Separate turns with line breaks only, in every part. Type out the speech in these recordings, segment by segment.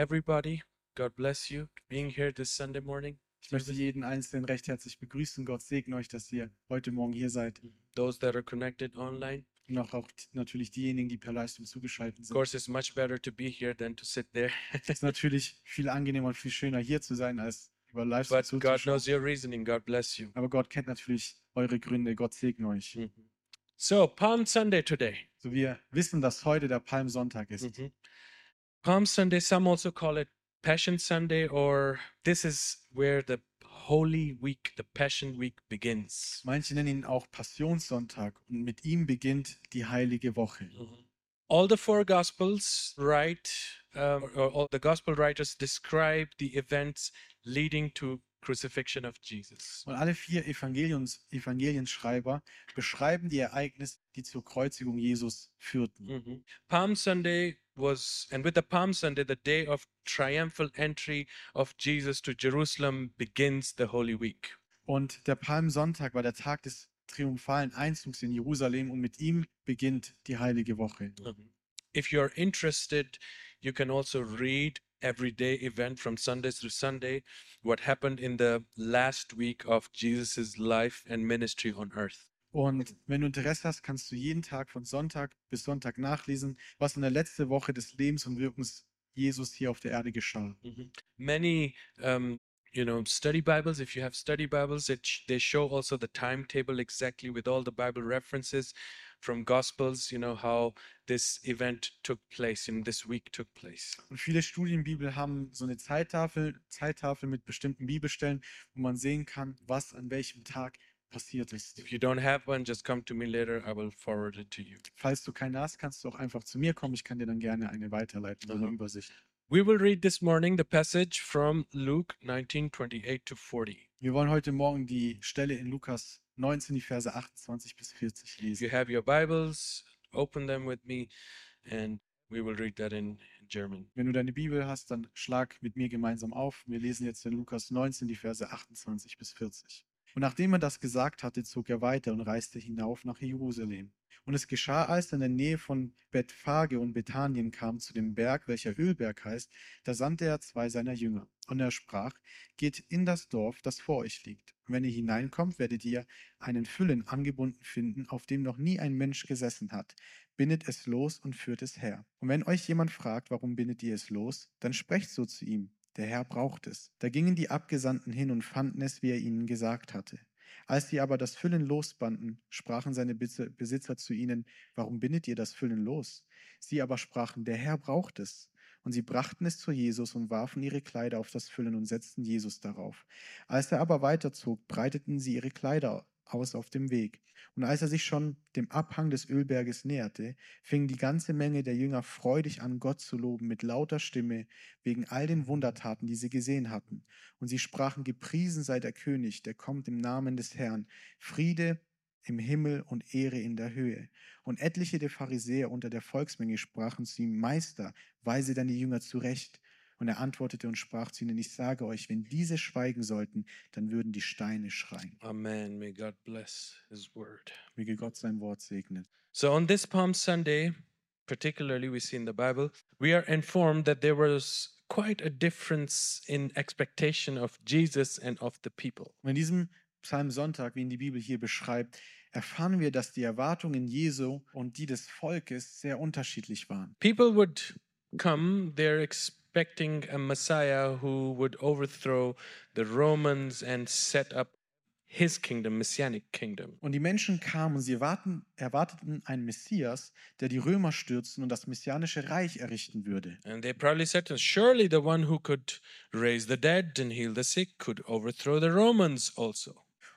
everybody. God bless you being here this Sunday morning.
Ich möchte jeden Einzelnen recht herzlich begrüßen. Gott segne euch, dass ihr heute Morgen hier seid.
Those that are connected online.
Und auch, auch t- natürlich diejenigen, die per Livestream zugeschaltet
Of
sind.
course, it's much better to be here than to sit there.
Es ist natürlich viel angenehmer und viel schöner, hier zu sein, als über Livestream
But God
zuzuschauen.
knows your reasoning. God bless you. Mm-hmm.
Aber Gott kennt natürlich eure Gründe. Gott segne
Mhm.
euch.
So, Palm Sunday today.
So, wir wissen, dass heute der Palmsonntag ist.
Mhm. Palm Sunday, some also call it Passion Sunday, or this is where the Holy Week, the Passion Week begins.
Manche nennen ihn auch Passionssonntag und mit ihm beginnt die Heilige Woche.
Mm-hmm. All the four Gospels write, um, or- or all the Gospel writers describe the events leading to crucifixion of Jesus.
Und alle vier Evangeliums Evangelienschreiber beschreiben die Ereignisse, die zur Kreuzigung Jesus führten.
Mhm. Palm Sunday was, and with the Palm Sunday, the day of triumphal entry of Jesus to Jerusalem begins the Holy Week.
Und der Palmsonntag war der Tag des triumphalen Einzugs in Jerusalem und mit ihm beginnt die Heilige Woche.
If you're interested, you can also read everyday event from Sundays to Sunday, what happened in the last week of Jesus' life and ministry on earth.
Und wenn du Interesse hast, kannst du jeden Tag von Sonntag bis Sonntag nachlesen, was in der letzten Woche des Lebens und Wirkens Jesus hier auf der Erde geschah.
Many, um, you know, study Bibles, if you have study Bibles, it, sh- they show also the timetable exactly with all the Bible references from Gospels, you know, how this event took place, and this week took place.
Und viele Studienbibel haben so eine Zeittafel, Zeittafel mit bestimmten Bibelstellen, wo man sehen kann, was an welchem Tag passiert ist.
If you don't have one, just come to me later. I will forward it to you.
Falls du keinen hast, kannst du auch einfach zu mir kommen. Ich kann dir dann gerne eine weiterleiten, so eine
Aha.
Übersicht.
We will read this morning the passage from Luke 19:28 to 40.
Wir wollen heute Morgen die Stelle in Lukas 19, die Verse 28 bis 40
If you
lesen.
have your Bibles, open them with me and we will read that in German.
Wenn du deine Bibel hast, dann schlag mit mir gemeinsam auf. Wir lesen jetzt in Lukas 19, die Verse 28 bis 40. Und nachdem er das gesagt hatte, zog er weiter und reiste hinauf nach Jerusalem. Und es geschah, als er in der Nähe von Bethphage und Bethanien kam, zu dem Berg, welcher Ölberg heißt, da sandte er zwei seiner Jünger. Und er sprach, geht in das Dorf, das vor euch liegt. Und wenn ihr hineinkommt, werdet ihr einen Füllen angebunden finden, auf dem noch nie ein Mensch gesessen hat. Bindet es los und führt es her. Und wenn euch jemand fragt, warum bindet ihr es los, dann sprecht so zu ihm. Der Herr braucht es. Da gingen die Abgesandten hin und fanden es, wie er ihnen gesagt hatte. Als sie aber das Füllen losbanden, sprachen seine Bes- Besitzer zu ihnen, warum bindet ihr das Füllen los? Sie aber sprachen, der Herr braucht es. Und sie brachten es zu Jesus und warfen ihre Kleider auf das Füllen und setzten Jesus darauf. Als er aber weiterzog, breiteten sie ihre Kleider aus auf dem Weg. Und als er sich schon dem Abhang des Ölberges näherte, fing die ganze Menge der Jünger freudig an, Gott zu loben mit lauter Stimme wegen all den Wundertaten, die sie gesehen hatten. Und sie sprachen, gepriesen sei der König, der kommt im Namen des Herrn. Friede im Himmel und Ehre in der Höhe. Und etliche der Pharisäer unter der Volksmenge sprachen zu ihm, Meister, weise deine Jünger zurecht. Und er antwortete und sprach zu ihnen, ich sage euch, wenn diese schweigen sollten, dann würden die Steine schreien.
Amen. May God bless his word.
Möge Gott sein Wort segnen.
So on this Palm Sunday, particularly we see in the Bible, we are informed that there was quite a difference in expectation of Jesus and of the people.
Und in diesem Psalmsonntag, wie ihn die Bibel hier beschreibt, erfahren wir, dass die Erwartungen Jesu und die des Volkes sehr unterschiedlich waren.
People would come, they're expecting a Messiah who would overthrow the Romans and set up his kingdom, messianic kingdom.
Und die Menschen kamen und sie erwarten, erwarteten einen Messias, der die Römer stürzen und das messianische Reich errichten würde.
And they probably said to us, Surely the one who could raise the dead and heal the sick could overthrow the Romans also.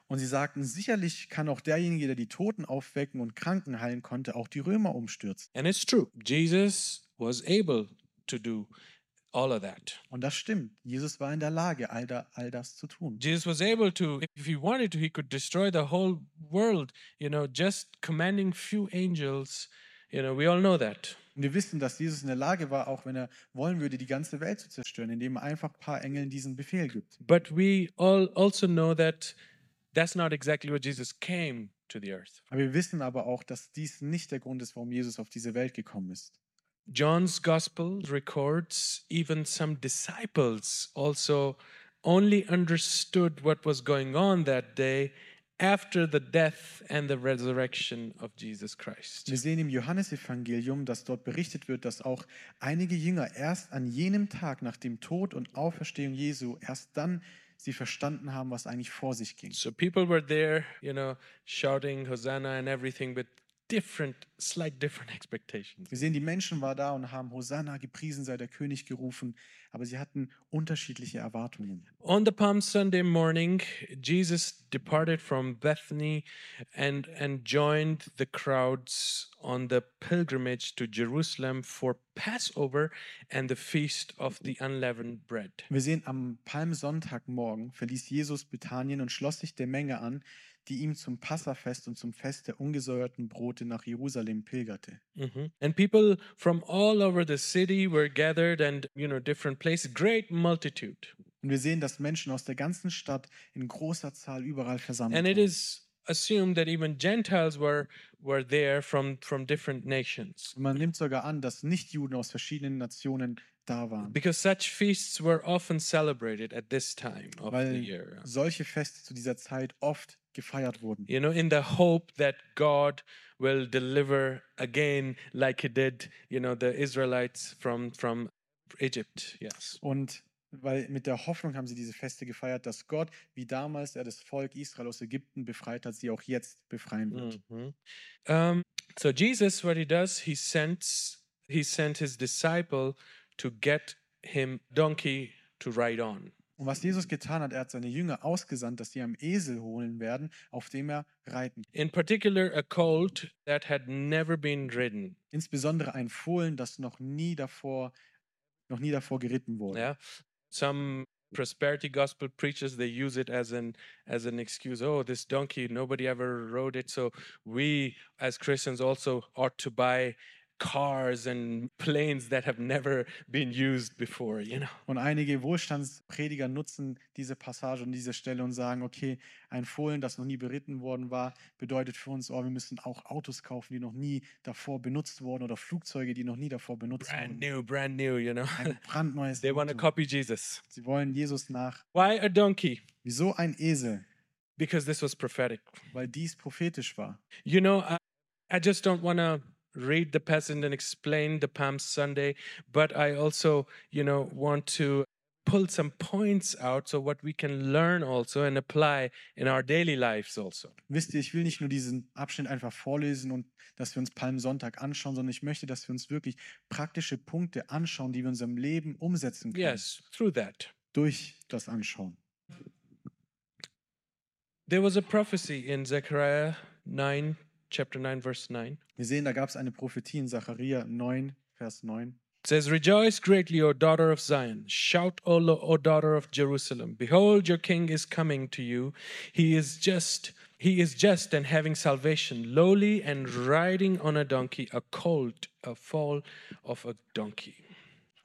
Und sie sagten, sicherlich kann auch derjenige, der die Toten aufwecken und Kranken heilen konnte, auch die Römer umstürzen.
And it's true, Jesus was able to do all of that.
Und das stimmt. Jesus war in der Lage, all, da, all das zu tun.
Jesus was able to, if he wanted to, he could destroy the whole world, you know, just commanding few angels. You know, we all know that.
Und wir wissen, dass Jesus in der Lage war, auch wenn er wollen würde, die ganze Welt zu zerstören, indem er einfach ein paar Engeln diesen Befehl gibt.
But we all also know that that's not exactly what Jesus came to the earth.
Aber wir wissen aber auch, dass dies nicht der Grund ist, warum Jesus auf diese Welt gekommen ist.
John's gospel records even some disciples also only understood what was going on that day after the death and the resurrection of Jesus Christ.
Wir sehen im Johannesevangelium, dass dort berichtet wird, dass auch einige Jünger erst an jenem Tag nach dem Tod und Auferstehung Jesu, erst dann sie verstanden haben, was eigentlich vor sich ging.
So people were there, you know, shouting Hosanna and everything with different, slight different expectations.
Wir sehen, die Menschen waren da und haben Hosanna, gepriesen sei der König gerufen, aber sie hatten unterschiedliche Erwartungen.
On the Palm Sunday morning, Jesus departed from Bethany and, and joined the crowds on the pilgrimage to Jerusalem for Passover and the Feast of the Unleavened Bread.
Wir sehen, am Palmsonntagmorgen verließ Jesus Bethanien und schloss sich der Menge an, die ihm zum Passafest und zum Fest der ungesäuerten Brote nach Jerusalem pilgerte.
Mhm. And people from all over the city were gathered and, you know, different places, great multitude.
Und wir sehen, dass Menschen aus der ganzen Stadt in großer Zahl überall versammelt
And it
waren.
is assumed that even Gentiles were, were there from, from different nations.
Und man nimmt sogar an, dass Nichtjuden aus verschiedenen Nationen da waren.
Because such feasts were often celebrated at this time of the
Weil
year.
solche Feste zu dieser Zeit oft gefeiert wurden.
You know, in the hope that God will deliver again, like He did, you know, the Israelites from from Egypt. Yes.
Und weil mit der Hoffnung haben sie diese Feste gefeiert, dass Gott, wie damals er das Volk Israel aus Ägypten befreit hat, sie auch jetzt befreien wird.
Mhm. Um, so Jesus, what He does, He sends He sent His disciple to get him donkey to ride on.
Und was Jesus getan hat, er hat seine Jünger ausgesandt, dass sie am Esel holen werden, auf dem er reiten.
In particular, a colt that had never been ridden.
Insbesondere ein Fohlen, das noch nie davor, noch nie davor geritten wurde.
Yeah. Some prosperity gospel preachers they use it as an as an excuse. Oh, this donkey, nobody ever rode it. So we as Christians also ought to buy cars and planes that have never been used before, you know.
Und einige Wohlstandsprediger nutzen diese Passage und diese Stelle und sagen, okay, ein Fohlen, das noch nie beritten worden war, bedeutet für uns, oh, wir müssen auch Autos kaufen, die noch nie davor benutzt wurden oder Flugzeuge, die noch nie davor benutzt
Brand
wurden.
new, brand new, you know.
Ein brandneues
they want to
Auto.
copy Jesus.
Sie wollen Jesus nach.
Why a donkey?
Wieso ein Esel?
Because this was prophetic.
Weil dies prophetisch war.
You know, I, I just don't want to read the passage and explain the Palm Sunday, but I also, you know, want to pull some points out so what we can learn also and apply in our daily lives also.
Wisst ihr, ich will nicht nur diesen Abschnitt einfach vorlesen und dass wir uns Palmsonntag anschauen, sondern ich möchte, dass wir uns wirklich praktische Punkte anschauen, die wir in unserem Leben umsetzen können.
Yes, through that.
Durch das Anschauen.
There was a prophecy in Zechariah 9, chapter 9, verse 9.
Wir sehen, da gab es eine Prophetie in Sacharja 9, Vers 9.
It says, Rejoice greatly, O daughter of Zion. Shout, O, lo- o daughter of Jerusalem. Behold, your king is coming to you. He is just. He is just and having salvation, lowly and riding on a donkey, a colt, a foal of a donkey.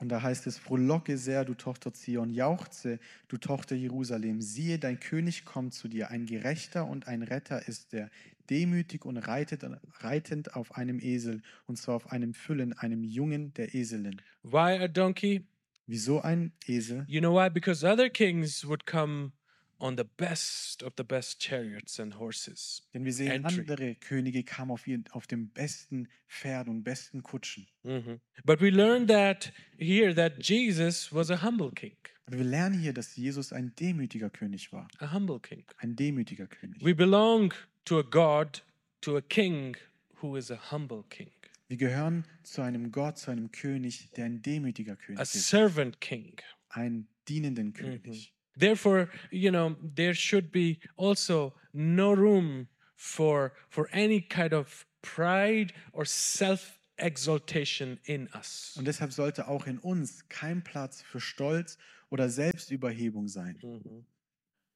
Und da heißt es, frohlocke sehr, du Tochter Zion, jauchze, du Tochter Jerusalem. Siehe, dein König kommt zu dir, ein Gerechter und ein Retter ist er, demütig und reitet, reitend auf einem Esel, und zwar auf einem Füllen, einem Jungen der Eselin.
Why a donkey?
Wieso ein Esel?
You know why? Because other kings would come on the best of the best chariots and horses.
Denn wir sehen,
Entry.
andere Könige kamen auf, ihren, auf dem besten Pferd und besten Kutschen.
Mhm. But we learn that here that Jesus was a humble king,
Aber wir lernen hier, dass Jesus ein demütiger König war.
a humble king.
Ein demütiger König.
We belong to a God, to a king who is a humble king,
Wir gehören zu einem Gott, zu einem König, der ein demütiger König
a
ist,
servant king.
einen dienenden
Mhm.
König.
Therefore, you know, there should be also no room for for any kind of pride or self exaltation in us.
Und deshalb sollte auch in uns kein Platz für Stolz oder Selbstüberhebung sein.
Mhm.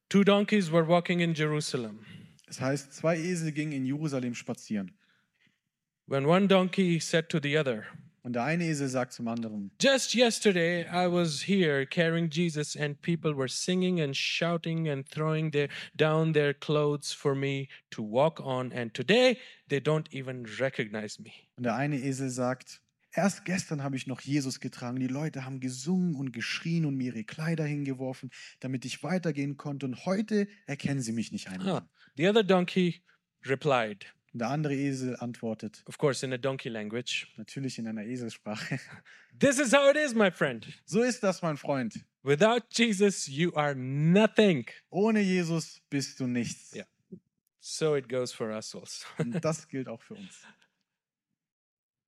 Two donkeys were walking in Jerusalem.
Das heißt, zwei Esel gingen in Jerusalem spazieren.
When one donkey said to the other,
Und der eine Esel sagt zum anderen,
Just yesterday, I was here carrying Jesus, and people were singing and shouting and throwing their, down their clothes for me to walk on. And today, they don't even recognize me.
und der eine Esel sagt, Erst gestern habe ich noch Jesus getragen. Die Leute haben gesungen und geschrien und mir ihre Kleider hingeworfen, damit ich weitergehen konnte. Und heute erkennen sie mich nicht
Huh.
einmal.
The other donkey replied,
Und der andere Esel antwortet,
of course, in a donkey language
natürlich in einer Eselsprache.
This is how it is, my friend.
So ist das, mein Freund.
Without Jesus, you are nothing.
Ohne Jesus bist du nichts.
Ja. So it goes for us also.
Und das gilt auch für uns.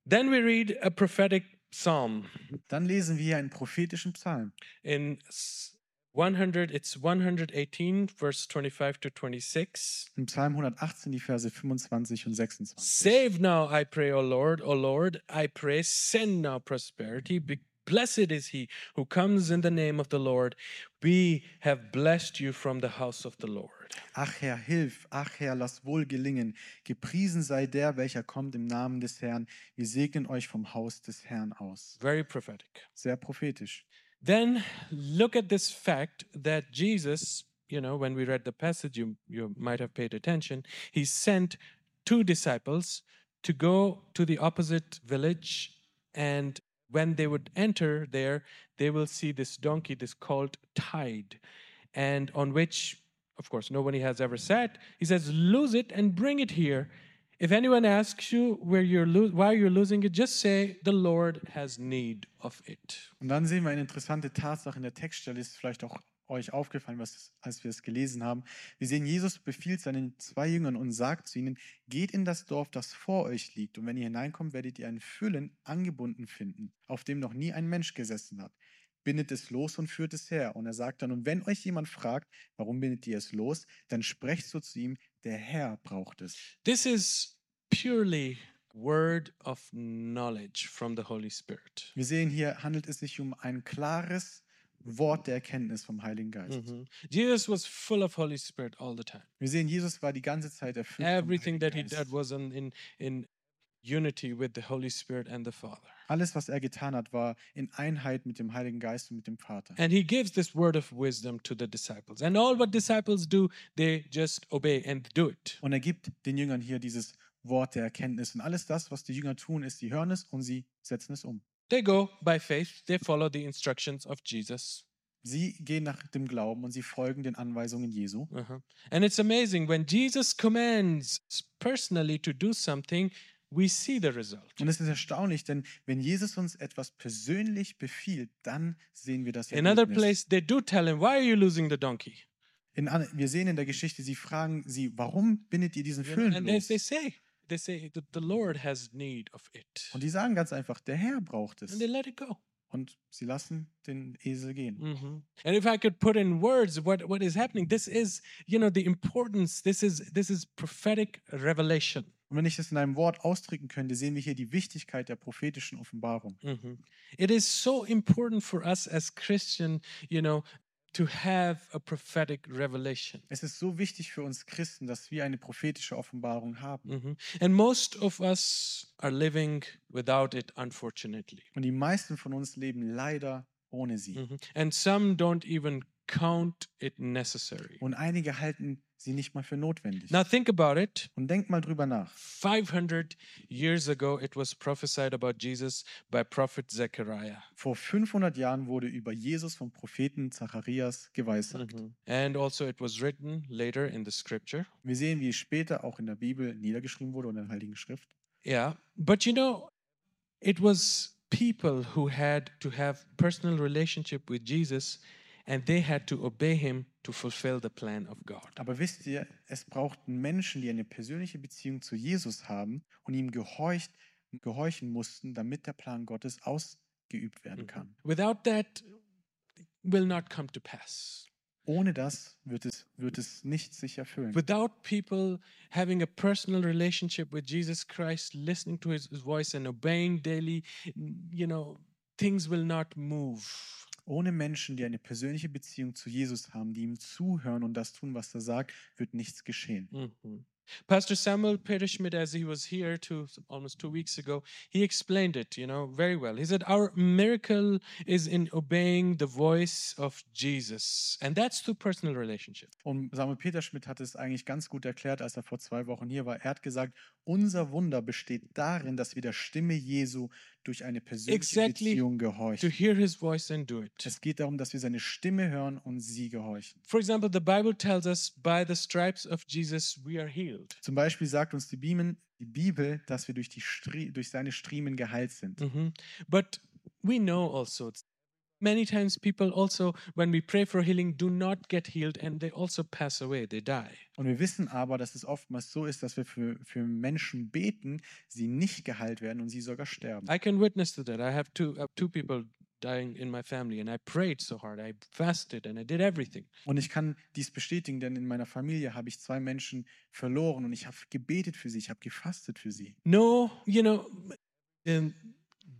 Then we read a prophetic psalm
Dann lesen wir einen prophetischen Psalm.
in s- 100, it's 118, verse 25 to 26.
Im Psalm 118, die Verse 25 und 26.
Save now, I pray, O Lord, O Lord, I pray, send now prosperity. Be- blessed is he who comes in the name of the Lord. We have blessed you from the house of the Lord.
Ach Herr, hilf, ach Herr, lass wohl gelingen. Gepriesen sei der, welcher kommt im Namen des Herrn. Wir segnen euch vom Haus des Herrn aus.
Very prophetic.
Sehr prophetisch.
Then look at this fact that Jesus, you know, when we read the passage, you, you might have paid attention, he sent two disciples to go to the opposite village. And when they would enter there, they will see this donkey, this called tied, and on which, of course, nobody has ever sat. He says, Lose it and bring it here. If anyone asks you where you're lo- why you're losing it, just say, The Lord has need of it.
Und dann sehen wir eine interessante Tatsache in der Textstelle, ist vielleicht auch euch aufgefallen, was, als wir es gelesen haben. Wir sehen, Jesus befiehlt seinen zwei Jüngern und sagt zu ihnen, geht in das Dorf, das vor euch liegt, und wenn ihr hineinkommt, werdet ihr einen Füllen angebunden finden, auf dem noch nie ein Mensch gesessen hat. Bindet es los und führt es her. Und er sagt dann, und wenn euch jemand fragt, warum bindet ihr es los, dann sprecht so zu ihm, der Herr braucht es.
This is purely word of knowledge from the Holy Spirit.
Wir sehen hier, handelt es sich um ein klares Wort der Erkenntnis vom Heiligen Geist.
Mhm. Jesus was full of Holy Spirit all the time.
Wir sehen, Jesus war die ganze Zeit erfüllt. vom
Everything that he
Heiligen
did
Geist.
was in, in in unity with the Holy Spirit and the Father.
Alles, was er getan hat, war in Einheit mit dem Heiligen Geist und mit dem Vater.
And he gives this word of wisdom to the disciples. And all what disciples do, they just obey and do it.
Und er gibt den Jüngern hier dieses Wort der Erkenntnis. Und alles das, was die Jünger tun, ist, sie hören es und sie setzen es um.
They go by faith, they follow the instructions of Jesus.
Sie gehen nach dem Glauben und sie folgen den Anweisungen Jesu.
Uh-huh. And it's amazing when Jesus commands personally to do something, we see the result.
Und es ist erstaunlich, denn wenn Jesus uns etwas persönlich befiehlt, dann sehen wir das
In other
Ergebnis.
place, they do tell him, Why are you losing the donkey?
In an, wir sehen in der Geschichte, sie fragen sie, warum bindet ihr diesen
You know,
Füllen
and they,
los?
they say, they say that the Lord has need of it.
Und die sagen ganz einfach, der Herr braucht es.
And they let it go.
und sie lassen den Esel gehen.
Mhm. And if I could put in words what, what is happening, this is, you know, the importance, this is this is prophetic revelation.
Und wenn ich das in einem Wort ausdrücken könnte, sehen wir hier die Wichtigkeit der prophetischen Offenbarung.
Mhm. It is so important for us as Christian, you know, to have a prophetic revelation.
Es ist so wichtig für uns Christen, dass wir eine prophetische Offenbarung haben.
Mhm. And most of us are living without it, unfortunately.
Und die meisten von uns leben leider ohne sie.
Mhm. And some don't even count it necessary.
Und einige halten sie nicht mal für notwendig.
Now think about it.
Und denk mal drüber nach.
500 years ago, it was prophesied about Jesus by prophet Zechariah
Vor 500 Jahren wurde über Jesus vom Propheten Zacharias geweissagt.
and also it was written later in the scripture.
Wir sehen, wie es später auch in der Bibel niedergeschrieben wurde und in der Heiligen Schrift.
Yeah, but you know, it was people who had to have personal relationship with Jesus and they had to obey him to fulfill the plan of God.
Aber wisst ihr, es brauchten Menschen, die eine persönliche Beziehung zu Jesus haben und ihm gehorcht, gehorchen mussten, damit der Plan Gottes ausgeübt werden
Mhm.
kann.
Without that, will not come to pass.
Ohne das wird es, wird es nicht sich erfüllen.
without people having a personal relationship with Jesus Christ, listening to his voice and obeying daily, n- you know, things will not move.
Ohne Menschen, die eine persönliche Beziehung zu Jesus haben, die ihm zuhören und das tun, was er sagt, wird nichts geschehen.
Pastor Samuel Peterschmidt, as he was here two, almost two weeks ago, he explained it, you know, very well. He said, Our miracle is in obeying the voice of Jesus, and that's through personal relationship.
Und Samuel Peterschmidt hat es eigentlich ganz gut erklärt, als er vor zwei Wochen hier war. Er hat gesagt, unser Wunder besteht darin, dass wir der Stimme Jesu durch eine persönliche
Exactly.
Beziehung
to
gehorchen.
hear his voice and do it.
Es geht darum, dass wir seine Stimme hören und sie gehorchen.
For example, the Bible tells us by the stripes of Jesus we are healed.
Zum Beispiel sagt uns die, Bimen, die Bibel, dass wir durch, die Strie durch seine Striemen geheilt sind.
Mhm. But we know also many times people also when we pray for healing do not get healed and they also pass away, they die.
Und wir wissen aber, dass es oftmals so ist, dass wir für, für Menschen beten, sie nicht geheilt werden und sie sogar sterben.
I can witness to that. I have two uh, two people dying in my family and I prayed so hard. I fasted and I did everything.
Und ich kann dies bestätigen, denn in meiner Familie habe ich zwei Menschen verloren und ich habe gebetet für sie, ich habe gefastet für sie.
No, you know, um,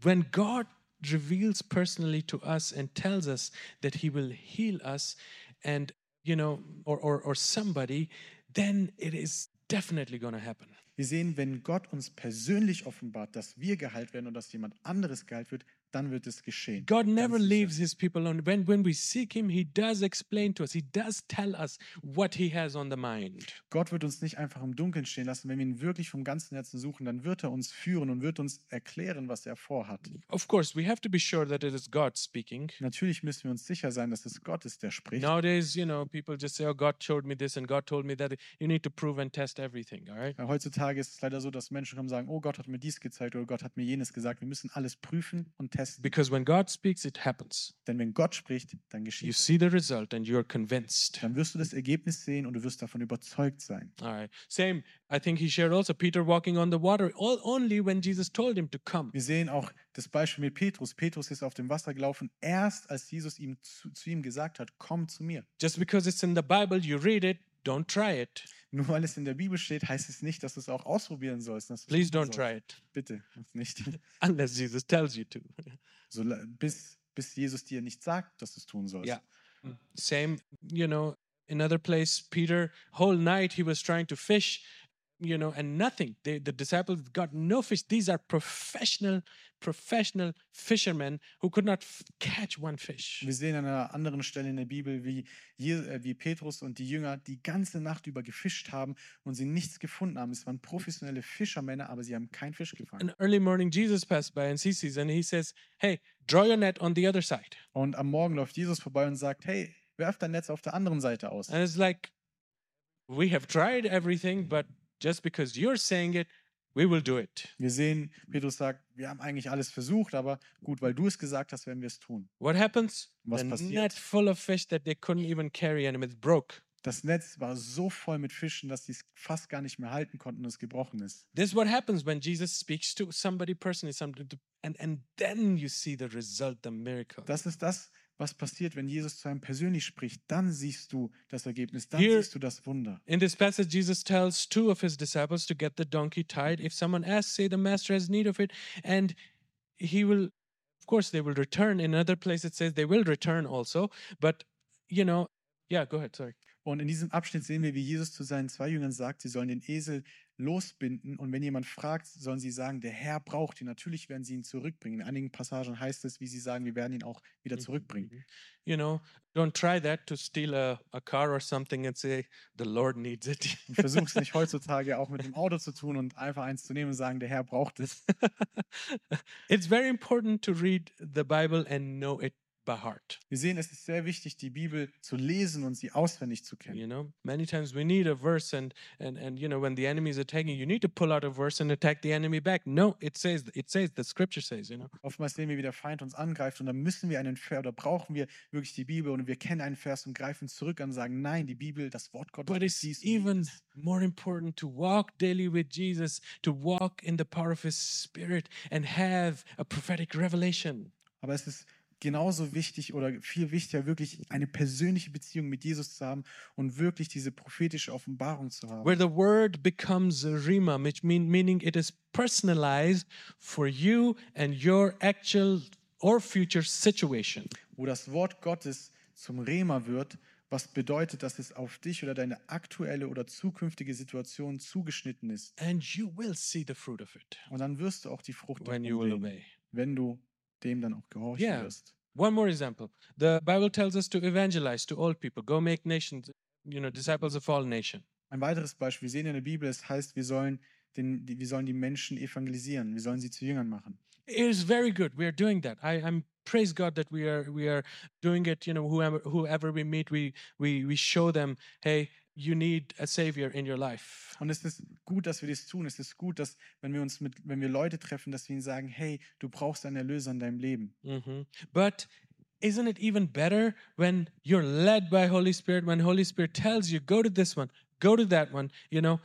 when God reveals personally to us and tells us that He will heal us, and you know, or or, or somebody, then it is definitely going to happen.
Wir sehen, wenn Gott uns persönlich offenbart, dass wir geheilt werden und dass jemand anderes geheilt wird, dann wird es geschehen.
God
Ganz
never
sicher.
leaves His people alone. When when we seek Him, He does explain to us. He does tell us what He has on the mind.
Gott wird uns nicht einfach im Dunkeln stehen lassen. Wenn wir ihn wirklich vom ganzen Herzen suchen, dann wird er uns führen und wird uns erklären, was er vorhat.
Of course, we have to be sure that it is God speaking.
Natürlich müssen wir uns sicher sein, dass es Gott ist, der spricht.
Nowadays, you know, people just say, "Oh, God showed me this and God told me that." You need to prove and test everything. All right.
Weil heutzutage ist es leider so, dass Menschen kommen und sagen, oh Gott hat mir dies gezeigt oder Gott hat mir jenes gesagt. Wir müssen alles prüfen und testen.
Because when God speaks, it happens.
Denn wenn Gott spricht, dann
You
geschieht es.
see the result and you're convinced.
Dann wirst du das Ergebnis sehen und du wirst davon überzeugt sein.
All right. Same, I think he shared also Peter walking on the water all, only when Jesus told him to come.
Wir sehen auch das Beispiel mit Petrus. Petrus ist auf dem Wasser gelaufen, erst als Jesus ihm zu, zu ihm gesagt hat, komm zu mir.
Just because it's in the Bible, you read it, don't try it.
Nur weil es in der Bibel steht, heißt es nicht, dass du es auch ausprobieren sollst. dass du es
Please
tun
don't
sollst.
try it
Bitte, mach's nicht.
unless Jesus tells you to.
So, bis, bis Jesus dir nicht sagt, dass du es tun sollst.
Ja. Same, you know, another place, Peter, whole night he was trying to fish, you know, and nothing. They, the disciples got no fish. These are professional, professional fishermen who could not f- catch one fish.
Wir sehen an einer anderen Stelle in der Bibel, wie, Je äh, wie Petrus und die Jünger die ganze Nacht über gefischt haben und sie nichts gefunden haben. Es waren professionelle Fischermänner, aber sie haben keinen Fisch gefangen.
And early morning, Jesus passed by and he sees and he says, Hey, draw your net on the other side.
Und am Morgen läuft Jesus vorbei und sagt, hey, werf dein Netz auf der anderen Seite aus.
And it's like, We have tried everything, but just because you're saying it, we will do it.
Wir sehen, Petrus sagt, wir haben eigentlich alles versucht, aber gut, weil du es gesagt hast, werden wir es tun.
What happens?
Was
the
passiert?
net full of fish that they couldn't even carry and it broke.
Das Netz war so voll mit Fischen, dass sie es fast gar nicht mehr halten konnten und es gebrochen ist.
This is what happens when Jesus speaks to somebody personally, some, and, and then you see the result, the miracle.
Das ist das, was passiert, wenn Jesus zu einem persönlich spricht. Dann siehst du das Ergebnis, dann
Here-
siehst du das Wunder.
In this passage, Jesus tells two of his disciples to get the donkey tied. If someone asks, say the master has need of it, and he will, of course, they will return. In another place, it says they will return also. But, you know, yeah, go ahead, sorry.
Und in diesem Abschnitt sehen wir, wie Jesus zu seinen zwei Jüngern sagt, sie sollen den Esel losbinden und wenn jemand fragt, sollen sie sagen, der Herr braucht ihn. Natürlich werden sie ihn zurückbringen. In einigen Passagen heißt es, wie sie sagen, wir werden ihn auch wieder zurückbringen.
You know, don't try that to steal a, a car or something and say, the Lord needs it.
Und versuch's nicht heutzutage auch mit dem Auto zu tun und einfach eins zu nehmen und sagen, der Herr braucht es.
it's very important to read the Bible and know it by heart.
Wir sehen, es ist sehr wichtig, die Bibel zu lesen und sie auswendig zu kennen.
You know, many times we need a verse, and and and you know, when the enemy is attacking, you need to pull out a verse and attack the enemy back. No, it says it says the scripture says. You know,
Oftmals sehen wir, wie der Feind uns angreift und dann müssen wir einen Vers oder brauchen wir wirklich die Bibel und wir kennen einen Vers und greifen zurück an und sagen, nein, die Bibel, das Wort Gottes.
but
ist
it's
dies und
even
jenes.
more important to walk daily with Jesus, to walk in the power of His Spirit, and have a prophetic revelation.
Aber es ist genauso wichtig oder viel wichtiger, wirklich eine persönliche Beziehung mit Jesus zu haben und wirklich diese prophetische Offenbarung zu haben.
Where the word becomes a rima, which mean, meaning it is personalized for you and your actual or future situation.
Wo das Wort Gottes zum Rema wird, was bedeutet, dass es auf dich oder deine aktuelle oder zukünftige Situation zugeschnitten ist.
and you will see the fruit of it
Und dann wirst du auch die Frucht
when
davon
you will
sehen,
obey.
wenn du dem dann auch gehorchen
Yeah.
wirst.
One more example. The Bible tells us to evangelize to all people, go make nations, you know, disciples of all nation.
Ein weiteres Beispiel, wir sehen in der Bibel, es heißt, wir sollen, den, die, wir sollen die Menschen evangelisieren, wir sollen sie zu Jüngern machen.
it is very good. We are doing that. I, I'm praise God that we are we are doing it. You know, whoever whoever we meet, we we we show them, hey, you need a savior in your life.
Und es ist gut, dass wir das tun. Es ist gut, dass wenn wir uns mit, wenn wir Leute treffen, dass wir ihnen sagen, hey, du brauchst einen Erlöser in deinem Leben.
Mhm. But isn't it even better when you're led by Holy Spirit? When Holy Spirit tells you, go to this one, go to that one. You know,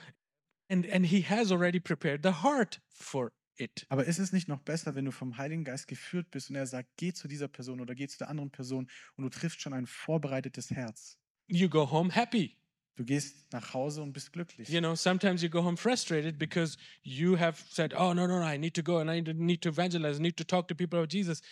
and and He has already prepared the heart for it.
Aber ist es nicht noch besser, wenn du vom Heiligen Geist geführt bist und er sagt, geh zu dieser Person oder geh zu der anderen Person und du triffst schon ein vorbereitetes Herz.
You go home happy.
Du gehst nach Hause und bist glücklich.
you know sometimes you go home frustrated because you have said oh no no no i need to go and i need to evangelize i need to talk to people of jesus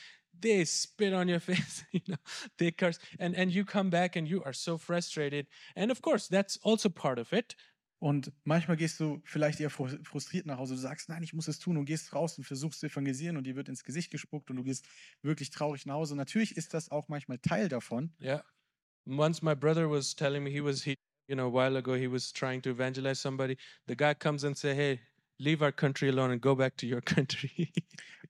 they spit on your face you know they curse and and you come back and you are so frustrated and of course that's also part of it
Und manchmal gehst du vielleicht eher frus- frustriert nach Hause. Du sagst, nein, ich muss es tun und gehst raus und versuchst zu evangelisieren und dir wird ins Gesicht gespuckt und du gehst wirklich traurig nach Hause. Natürlich ist das auch manchmal Teil davon.
yeah once my brother was telling me he was he you know a while ago he was trying to evangelize somebody the guy comes and say hey leave our country alone and go back to your country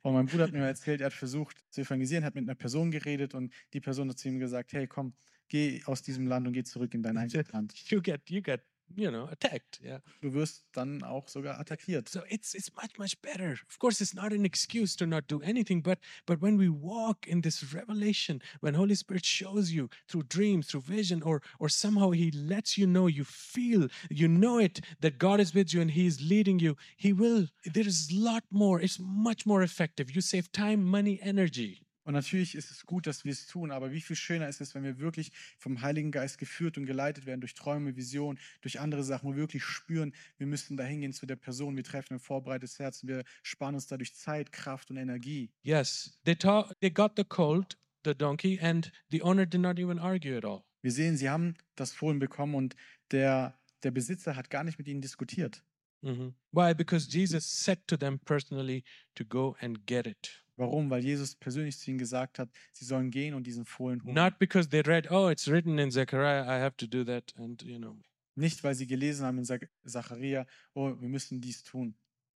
Und mein Bruder hat mir mal erzählt, er hat versucht zu evangelisieren, hat mit einer Person geredet und die Person hat zu ihm gesagt, hey, komm, geh aus diesem Land und geh zurück in dein eigenes Land.
you get you get you know attacked yeah
Du wirst dann auch sogar attackiert.
So it's it's much much better. Of course, it's not an excuse to not do anything, but but when we walk in this revelation, when Holy Spirit shows you through dreams, through vision, or or somehow He lets you know, you feel, you know it that God is with you and He is leading you. He will. There is a lot more. It's much more effective. You save time, money, energy.
Und natürlich ist es gut, dass wir es tun, aber wie viel schöner ist es, wenn wir wirklich vom Heiligen Geist geführt und geleitet werden durch Träume, Visionen, durch andere Sachen, wo wir wirklich spüren, wir müssen da hingehen zu der Person, wir treffen ein vorbereitetes Herz und wir sparen uns dadurch Zeit, Kraft und Energie.
Yes, they taught. They got the colt, the donkey, and the owner did not even argue at all.
Wir sehen, sie haben das Fohlen bekommen und der, der Besitzer hat gar nicht mit ihnen diskutiert.
Mhm. Why? Because Jesus said to them personally to go and get it.
Warum? Weil Jesus persönlich zu ihnen gesagt hat, sie sollen gehen und diesen Fohlen holen.
Not because they read, oh, it's written in Zechariah, I have to do that. And, you know,
Nicht, weil sie gelesen haben in Zach- Zacharia, oh, wir müssen dies tun.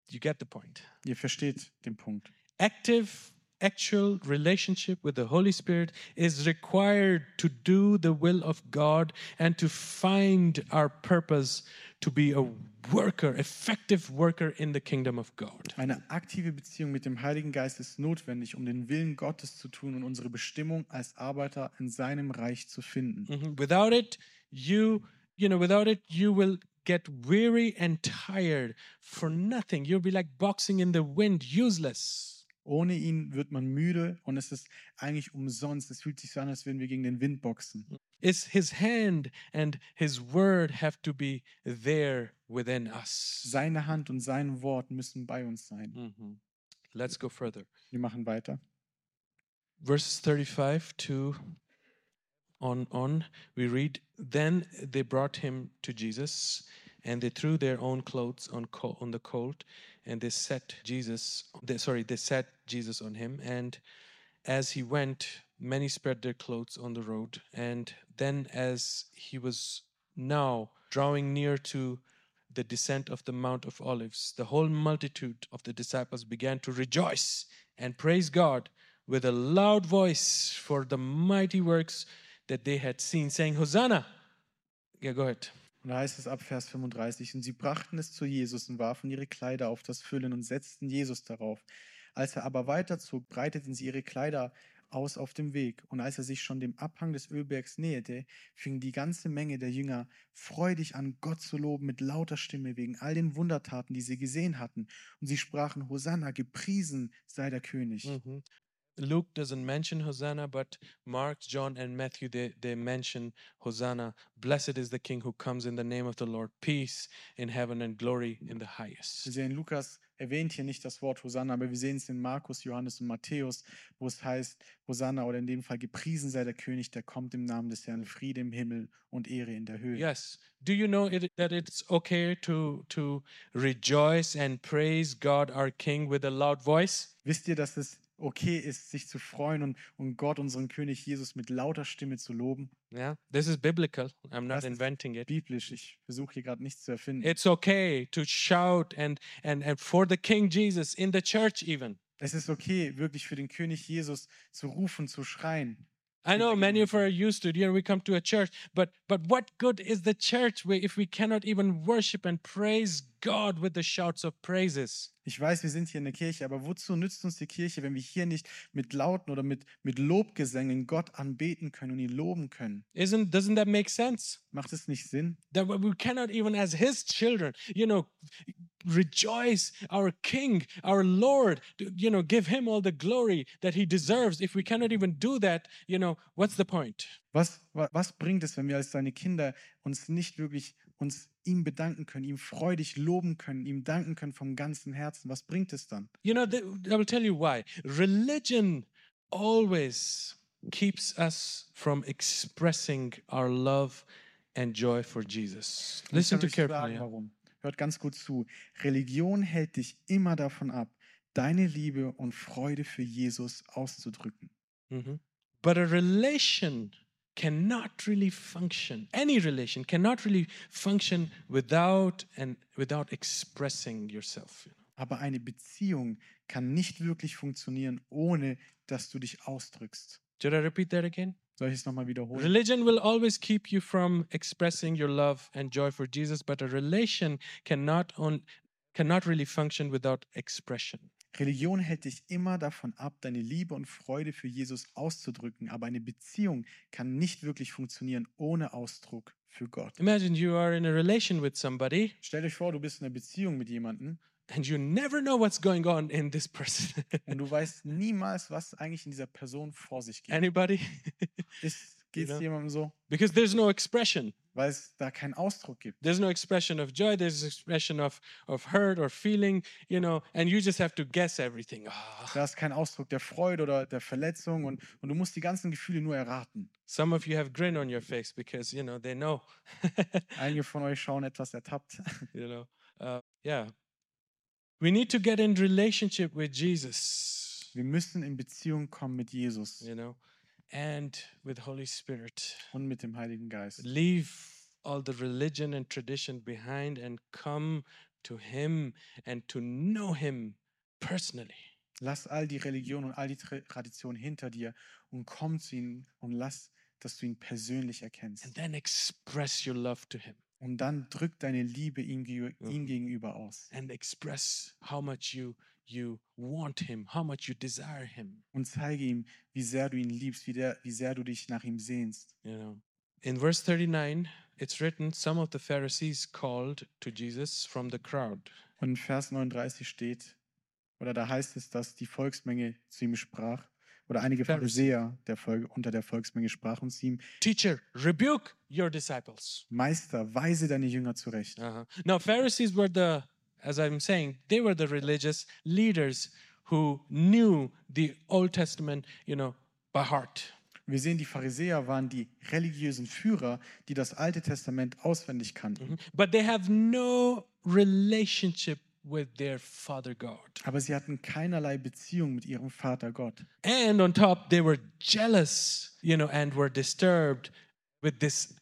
you get the point.
Ihr versteht den Punkt.
Active, actual relationship with the Holy Spirit is required to do the will of God and to find our purpose to be a worker, effective worker in the kingdom of God.
Eine aktive Beziehung mit dem Heiligen Geist ist notwendig, um den Willen Gottes zu tun und unsere Bestimmung als Arbeiter in seinem Reich zu finden.
Mhm. Without it, you, you know, without it, you will get weary and tired for nothing. You'll be like boxing in the wind, useless.
Ohne ihn wird man müde und es ist eigentlich umsonst. Es fühlt sich so an, als würden wir gegen den Wind boxen.
It's his hand and his word have to be there within us.
Seine Hand und sein Wort müssen bei uns sein.
Mhm. Let's go further.
Wir machen weiter.
Verses 35 to on on we read then they brought him to Jesus and they threw their own clothes on co- on the colt and they set Jesus they, sorry they set Jesus on him and as he went many spread their clothes on the road and then as he was now drawing near to the descent of the Mount of Olives, the whole multitude of the disciples began to rejoice and praise God with a loud voice for the mighty works that they had seen, saying, Hosanna! Yeah, go ahead.
Und da heißt es ab Vers 35, und sie brachten es zu Jesus und warfen ihre Kleider auf das Füllen und setzten Jesus darauf. Als er aber weiterzog, breiteten sie ihre Kleider aus auf dem Weg. Und als er sich schon dem Abhang des Ölbergs näherte, fing die ganze Menge der Jünger freudig an, Gott zu loben mit lauter Stimme wegen all den Wundertaten, die sie gesehen hatten. Und sie sprachen, Hosanna, gepriesen sei der König.
Mhm. Luke doesn't mention Hosanna, but Mark, John, and Matthew they, they mention Hosanna. Blessed is the King who comes in the name of the Lord. Peace in heaven and glory in the highest.
Wir sehen, Lukas erwähnt hier nicht das Wort Hosanna, aber wir sehen es in Markus, Johannes und Matthäus, wo es heißt, Hosanna oder in dem Fall gepriesen sei der König, der kommt im Namen des Herrn, Friede im Himmel und Ehre in der Höhe.
Yes. Do you know it, that it's okay to to rejoice and praise God our King with a loud voice?
Wisst ihr, dass es okay ist, sich zu freuen und, und Gott, unseren König Jesus, mit lauter Stimme zu loben?
Yeah. This is biblical. I'm not
Das ist
inventing it.
Biblisch, ich versuche hier gerade nichts zu erfinden.
It's okay to shout and and and for the King Jesus in the church even.
Es ist okay, wirklich für den König Jesus zu rufen, zu schreien.
I know many of us are used to it. Here we come to a church, but but what good is the church where if we cannot even worship and praise God with the shouts of praises?
Ich weiß, wir sind hier in der Kirche, aber wozu nützt uns die Kirche, wenn wir hier nicht mit Lauten oder mit, mit Lobgesängen Gott anbeten können und ihn loben können?
Isn't doesn't that make sense?
Macht es nicht Sinn?
That we cannot even as His children, you know, rejoice our King, our Lord, to, you know, give Him all the glory that He deserves. If we cannot even do that, you know, what's the point?
Was, wa- was bringt es, wenn wir als seine Kinder uns nicht wirklich uns ihm bedanken können, ihm freudig loben können, ihm danken können vom ganzen Herzen? Was bringt es dann?
You know, th- I will tell you why. Religion always keeps us from expressing our love and joy for Jesus. Listen to
ich kann euch
carefully.
sagen, warum. Hört ganz gut zu. Religion hält dich immer davon ab, deine Liebe und Freude für Jesus auszudrücken.
Mhm. But a relation cannot really function. Any relation cannot really function without and without expressing yourself.
Aber eine Beziehung kann nicht wirklich funktionieren, ohne dass du dich ausdrückst.
Should I repeat that again?
Soll ich es nochmal wiederholen?
Religion will always keep you from expressing your love and joy for Jesus, but a relation cannot on cannot really function without expression.
Religion hält dich immer davon ab, deine Liebe und Freude für Jesus auszudrücken, aber eine Beziehung kann nicht wirklich funktionieren ohne Ausdruck für Gott.
Imagine you are in a relation with somebody
Stell euch vor, du bist in einer Beziehung mit jemandem
and you never know what's going on in this person.
und du weißt niemals, was eigentlich in dieser Person vor sich geht.
Anybody?
Geht es
Genau.
jemandem so?
because there's no expression.
Weil es da keinen Ausdruck gibt.
There's no expression of joy. There's expression of of hurt or feeling, you know, and you just have to guess everything. Ah.
Da ist kein Ausdruck der Freude oder der Verletzung und, und du musst die ganzen Gefühle nur erraten.
Some of you have grin on your face because you know they know,
Einige von euch schauen etwas ertappt.
you know. Uh, yeah, we need to get in relationship with Jesus,
Wir müssen in Beziehung kommen mit Jesus
you know, and with Holy Spirit.
und mit dem Heiligen Geist.
Leave all the religion and tradition behind and come to Him and to know Him personally.
Lass all die Religion und all die Tra- Tradition hinter dir und komm zu ihm und lass, dass du ihn persönlich
and
erkennst.
then express your love to him
Und dann drück deine Liebe ihm, ge- ihm
Mhm.
gegenüber aus
and express how much you you want him how much you desire him
und zeige ihm, wie sehr du ihn liebst, wie, der, wie sehr du dich nach ihm sehnst.
you know in verse 39 it's written some of the pharisees called to jesus from the crowd
Und in Vers 39 steht, oder da heißt es, dass die Volksmenge zu ihm sprach, oder einige
Pharisäer.
Pharisäer der Volk, unter der Volksmenge sprachen zu ihm,
teacher rebuke your disciples
Meister, weise deine Jünger zurecht.
uh-huh. now pharisees were the as i'm saying they were the religious leaders who knew the old testament you know by heart
Wir sehen, die Pharisäer waren die religiösen Führer, die das Alte Testament auswendig kannten.
Mhm. but they have no relationship with their father god
Aber sie hatten keinerlei Beziehung mit ihrem Vater Gott.
And on top, they were jealous, you know, and were disturbed with this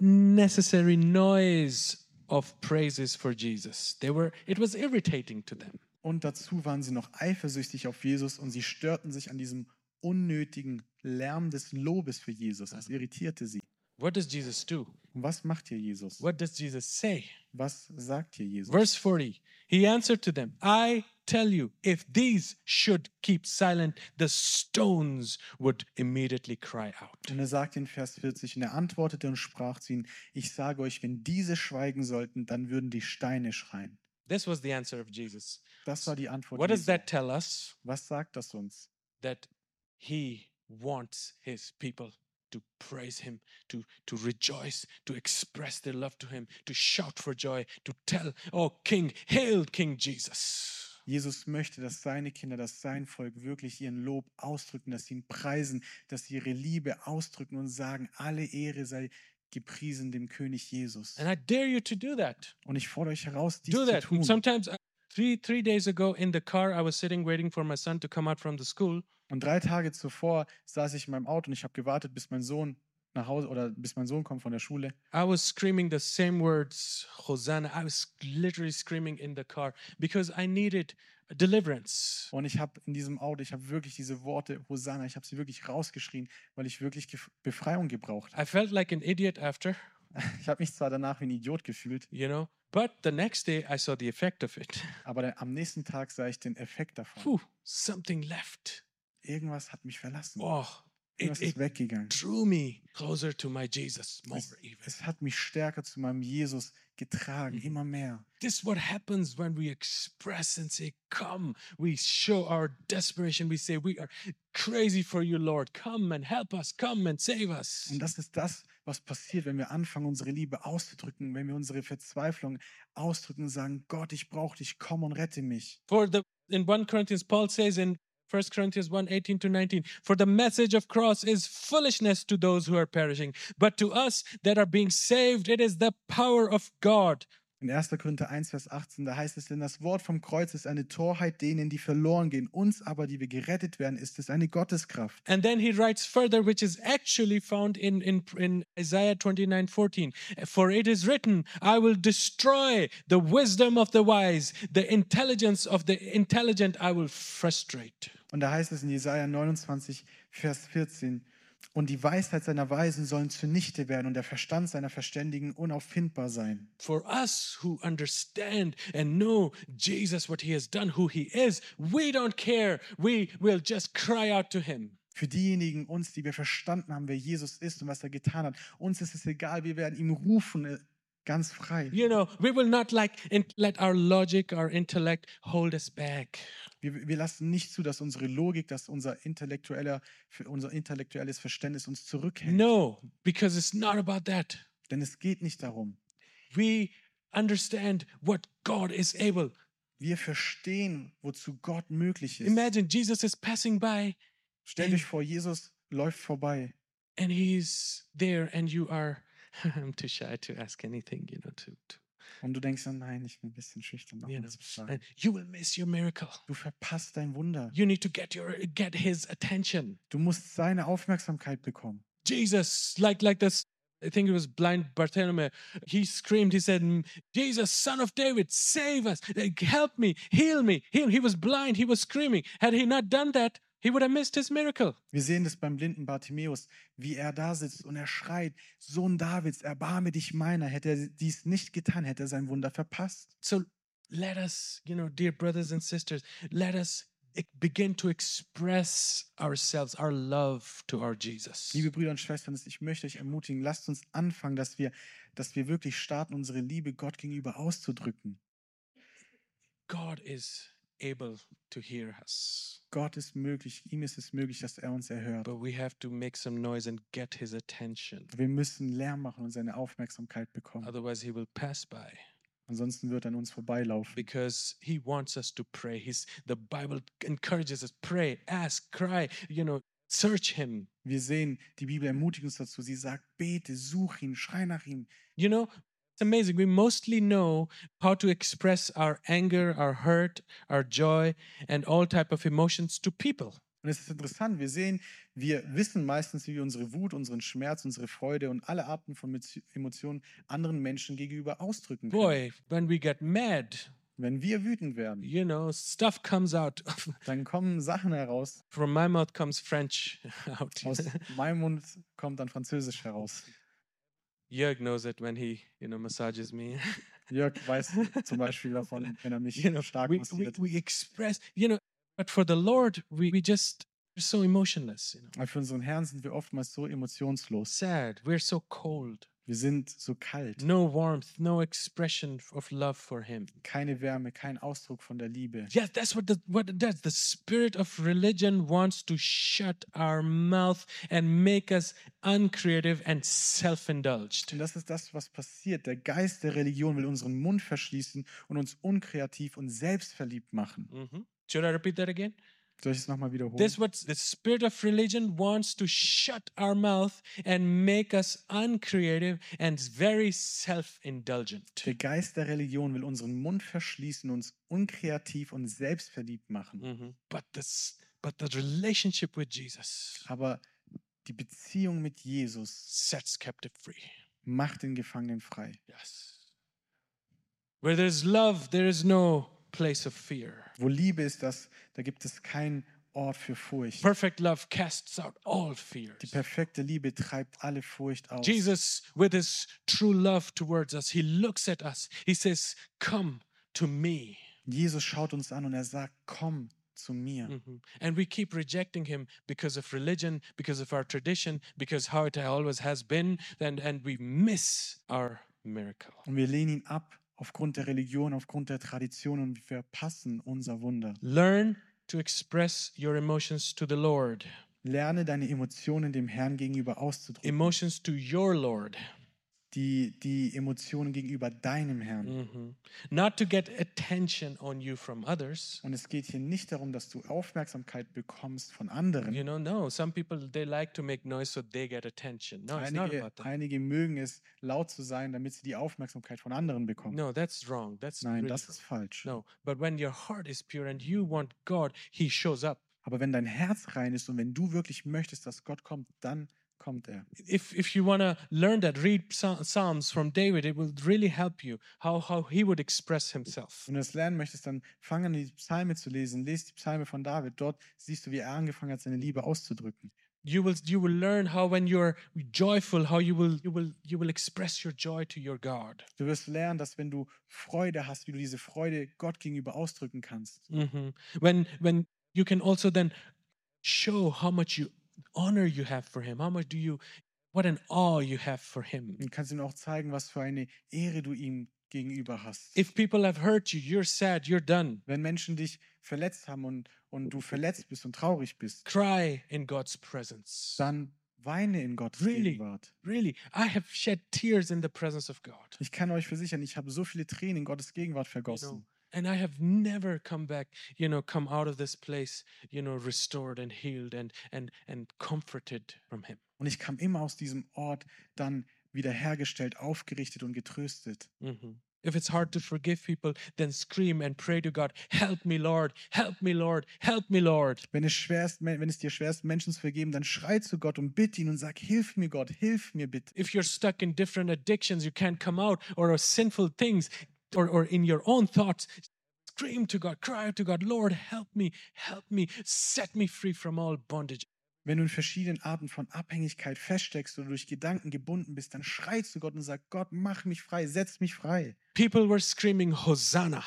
unnecessary noise of praises for Jesus. They were, it was irritating to them.
Und dazu waren sie noch eifersüchtig auf Jesus und sie störten sich an diesem unnötigen Lärm des Lobes für Jesus. Das
Mhm.
irritierte sie.
What does Jesus do?
Und was macht hier Jesus?
What does Jesus say?
Was sagt hier Jesus?
Verse 40 He answered to them, I tell you, if these should keep silent, the stones would immediately cry out.
Und er sagt in Vers 40, und er antwortete und sprach zu ihnen, ich sage euch, wenn diese schweigen sollten, dann würden die Steine schreien.
This was the answer of Jesus.
Das war die Antwort.
What does
Jesu.
that tell us?
Was sagt das uns?
that he wants his people to praise him to to rejoice to express their love to him to shout for joy to tell oh king hail king jesus
Jesus möchte, dass seine Kinder, dass
Mhm.
sein Volk wirklich ihren Lob ausdrücken, dass sie ihn preisen, dass sie ihre Liebe ausdrücken und sagen, alle Ehre sei gepriesen dem König Jesus.
and i dare you to do that
Und ich fordere euch heraus, dies
do
zu
that
tun.
sometimes I- three three days ago in the car i was sitting waiting for my son to come out from the school
Und drei Tage zuvor saß ich in meinem Auto und ich habe gewartet, bis mein Sohn nach Hause oder bis mein Sohn kommt von der Schule.
i was screaming the same words hosanna i was literally screaming in the car because i needed
deliverance.
Und ich habe in diesem Auto, ich habe wirklich diese Worte, Hosanna, ich habe sie wirklich rausgeschrien, weil ich wirklich Gef- Befreiung gebraucht habe.
I felt like an idiot after,
Ich habe mich zwar danach wie ein Idiot gefühlt,
you know, but the next day I saw the effect of it.
aber der, am nächsten Tag sah ich den Effekt davon.
Phew, something left.
Irgendwas hat mich verlassen.
Oh,
Irgendwas
it,
ist
it
weggegangen.
drew me closer to my Jesus more even.
Es hat mich stärker zu meinem Jesus getragen,
Mhm.
immer mehr.
This is what happens when we express and say, Come. We show our desperation. We say, We are crazy for you, Lord. Come and help us. Come and save us.
Und das ist das, was passiert, wenn wir anfangen, unsere Liebe auszudrücken, wenn wir unsere Verzweiflung ausdrücken und sagen, Gott, ich brauche dich, komm und rette mich.
For the in 1 Corinthians, Paul says in 1 Corinthians 1 18 to 19, For the message of cross is foolishness to those who are perishing, but to us that are being saved, it is the power of God.
In 1. Korinther 1, Vers 18, da heißt es, denn das Wort vom Kreuz ist eine Torheit denen, die verloren gehen. Uns aber, die wir gerettet werden, ist es eine Gotteskraft.
And then he writes further, which is actually found in, in, in Isaiah 29 14. For it is written, I will destroy the wisdom of the wise, the intelligence of the intelligent I will frustrate.
Und da heißt es in Jesaja 29, Vers 14, und die Weisheit seiner Weisen sollen zunichte werden und der Verstand seiner Verständigen unauffindbar sein.
For us who understand and know Jesus, what he has done, who he is, we don't care. We will just cry out to him.
Für diejenigen uns, die wir verstanden haben, wer Jesus ist und was er getan hat, uns ist es egal, wir werden ihm rufen, äh, ganz frei.
You know, we will not like in, let our logic, our intellect hold us back.
Wir, wir lassen nicht zu, dass unsere Logik, dass unser, intellektueller, für unser intellektuelles Verständnis uns zurückhält.
No, because it's not about that.
Denn es geht nicht darum.
we understand what God is able.
Wir verstehen, wozu Gott möglich ist.
Imagine Jesus is passing by
Stellt euch vor, Jesus läuft vorbei
and he's there, and you are. I'm too shy to ask anything, you know. To, to
und du denkst, oh nein, ich bin ein bisschen schüchtern. noch
you know,
mal zu fragen.
and you will miss your miracle.
Du verpasst dein Wunder.
You need to get your get his attention.
Du musst seine Aufmerksamkeit bekommen.
Jesus, like like this. I think it was blind Bartholomew. He screamed. He said, "Mm, "Jesus, Son of David, save us! Like, Help me! Heal me! Heal!" He was blind. He was screaming. Had he not done that, he would have missed his miracle.
Wir sehen das beim blinden Bartimäus, wie er da sitzt und er schreit, Sohn Davids, erbarme dich meiner. Hätte er dies nicht getan, hätte er sein Wunder verpasst.
So let us, you know, dear brothers and sisters, let us e- begin to express ourselves, our love to our Jesus.
Liebe Brüder und Schwestern, ich möchte euch ermutigen, lasst uns anfangen, dass wir, dass wir wirklich starten, unsere Liebe Gott gegenüber auszudrücken.
God is able to hear us,
Gott ist möglich, ihm ist es möglich, dass er uns erhört.
but we have to make some noise and get his attention.
Wir müssen Lärm machen und seine Aufmerksamkeit bekommen.
Otherwise, he will pass by
Ansonsten wird er an uns vorbeilaufen.
because he wants us to pray. He's, the Bible encourages us pray, ask, cry, you know, search him.
Wir sehen, die Bibel ermutigt uns dazu. Sie sagt, bete, such ihn, schrei nach ihm.
You know, it's amazing. We mostly know how to express our anger, our hurt, our joy, and all type of emotions to people.
Und es ist interessant, wir sehen, wir wissen meistens, wie wir unsere Wut, unseren Schmerz, unsere Freude und alle Arten von Mezi- Emotionen anderen Menschen gegenüber ausdrücken können.
Boy, when we get mad,
Wenn wir wütend werden,
you know, stuff comes out.
dann kommen Sachen heraus.
From my mouth comes French out.
Aus meinem Mund kommt dann Französisch heraus.
Jörg knows it when he, you know, massages me.
Jörg weiß zum Beispiel davon, wenn er mich
You know,
stark
we, we,
massiert.
we express, you know, but for the Lord, we, we just, we're so emotionless, you know,
Aber für unseren Herrn sind wir oftmals so emotionslos.
sad. We're so cold.
Wir sind so kalt.
No warmth, no expression of love for Him.
Keine Wärme, kein Ausdruck von der Liebe.
Yes, that's what the what it does. The spirit of religion wants to shut our mouth and make us uncreative and self-indulged.
Und das ist das, was passiert. Der Geist der Religion will unseren Mund verschließen und uns unkreativ und selbstverliebt machen.
Mhm. Should I repeat that again?
Soll ich es nochmal wiederholen?
That's what the spirit of religion wants to shut our mouth and make us uncreative and very self-indulgent.
der Geist der Religion will unseren Mund verschließen, uns unkreativ und selbstverliebt machen.
Mhm. But this, but the relationship with Jesus
Aber die Beziehung mit Jesus
sets captive free.
macht den Gefangenen frei.
Yes. Where there's love, there is no place of fear.
Wo Liebe ist, das, da gibt es keinen Ort für Furcht.
Perfect love casts out all fears.
Die perfekte Liebe treibt alle Furcht aus.
Jesus, with his true love towards us, he looks at us. He says, Come to me.
Jesus schaut uns an und er sagt, komm zu mir.
Mhm. And we keep rejecting him because of religion, because of our tradition, because how it always has been, and, and we miss our miracle.
Und wir lehnen ihn ab aufgrund der Religion, aufgrund der Tradition und wir verpassen unser Wunder.
Learn to express your emotions to the Lord,
Lerne deine Emotionen dem Herrn gegenüber auszudrücken.
emotions to your Lord,
Die, die Emotionen gegenüber deinem Herrn.
Mhm. not to get attention on you from others.
Und es geht hier nicht darum, dass du Aufmerksamkeit bekommst von anderen.
You know, no, some people they like to make noise so they get attention. No, it's not
Einige,
about that.
einige mögen es, laut zu sein, damit sie die Aufmerksamkeit von anderen bekommen.
No, that's wrong. That's
Nein,
really
das
wrong.
ist falsch.
no. But when your heart is pure and you want God, He shows up.
Aber wenn dein Herz rein ist und wenn du wirklich möchtest, dass Gott kommt, dann kommt er.
If if you want to learn that, read Psa- Psalms from David. It will really help you how how he would express himself.
Wenn du das lernen möchtest, dann fang an, die Psalme zu lesen. Lest die Psalme von David. Dort siehst du, wie er angefangen hat, seine Liebe auszudrücken.
You will you will learn how when you're joyful, how you will you will you will express your joy to your God.
Du wirst lernen, dass wenn du Freude hast, wie du diese Freude Gott gegenüber ausdrücken kannst.
Mhm. When when you can also then show how much you honor you have for him, how much do you what an awe you have for him.
Und kannst ihm auch zeigen, was für eine Ehre du ihm gegenüber hast.
If people have hurt you, you're sad, you're done.
wenn Menschen dich verletzt haben und, und du verletzt bist und traurig bist,
Cry in God's presence.
dann weine in Gottes
Really?
Gegenwart.
Really, I have shed tears in the presence of God.
Ich kann euch versichern, ich habe so viele Tränen in Gottes Gegenwart
You
vergossen.
know, and I have never come back, you know, come out of this place, you know, restored and healed and and and comforted from him.
Und ich kam immer aus diesem Ort dann wiederhergestellt, aufgerichtet und getröstet.
Mhm. If it's hard to forgive people, then scream and pray to God, Help me, Lord, help me, Lord, help me, Lord.
Wenn es, schwer ist, men- wenn es dir schwer ist, Menschen zu vergeben, dann schrei zu Gott und bitte ihn und sag, hilf mir Gott, hilf mir bitte.
If you're stuck in different addictions, you can't come out, or are sinful things, or, or in your own thoughts, scream to God, cry out to God, Lord, help me, help me, set me free from all bondage.
Wenn du in verschiedenen Arten von Abhängigkeit feststeckst oder durch Gedanken gebunden bist, dann schrei zu Gott und sag, Gott, mach mich frei, setz mich frei.
People were screaming, Hosanna.